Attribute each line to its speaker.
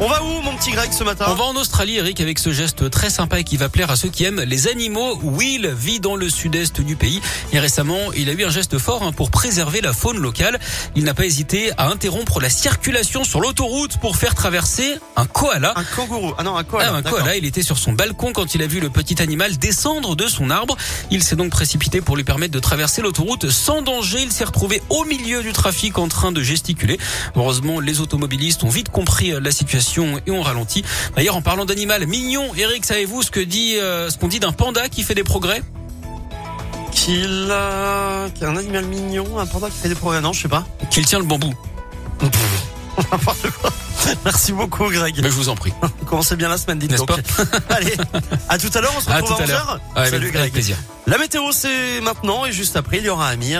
Speaker 1: On va où, mon petit Greg, ce matin
Speaker 2: On va en Australie, Eric, avec ce geste très sympa et qui va plaire à ceux qui aiment les animaux. Will vit dans le sud-est du pays et récemment, il a eu un geste fort hein, pour préserver la faune locale. Il n'a pas hésité à interrompre la circulation sur l'autoroute pour faire traverser un koala.
Speaker 1: Un kangourou. Ah non, un
Speaker 2: Ah,
Speaker 1: koala.
Speaker 2: un
Speaker 1: d'accord.
Speaker 2: koala, il était sur son balcon quand il a vu le petit animal descendre de son arbre. Il s'est donc précipité pour lui permettre de traverser l'autoroute sans danger. Il s'est retrouvé au milieu du trafic en train de gesticuler. Heureusement, les automobilistes ont vite compris euh, la situation et ont ralenti. D'ailleurs, en parlant d'animal mignon, Eric, savez-vous ce que dit, euh, ce qu'on dit d'un panda qui fait des progrès
Speaker 1: Qu'il a... qu'il y a un animal mignon, un panda qui fait des progrès. Non, je sais pas.
Speaker 2: Qu'il tient le bambou.
Speaker 1: N'importe quoi. Merci beaucoup, Greg.
Speaker 2: Mais je vous en prie.
Speaker 1: Commencez bien la semaine, dites
Speaker 2: N'est-ce
Speaker 1: donc. Allez, à tout à l'heure. On se
Speaker 2: À
Speaker 1: retrouve
Speaker 2: tout
Speaker 1: à,
Speaker 2: à l'heure.
Speaker 1: 11h.
Speaker 2: Ouais,
Speaker 1: Salut,
Speaker 2: Ah, avec
Speaker 1: Greg.
Speaker 2: plaisir.
Speaker 1: La météo, c'est maintenant. Et juste après, il y aura Amir.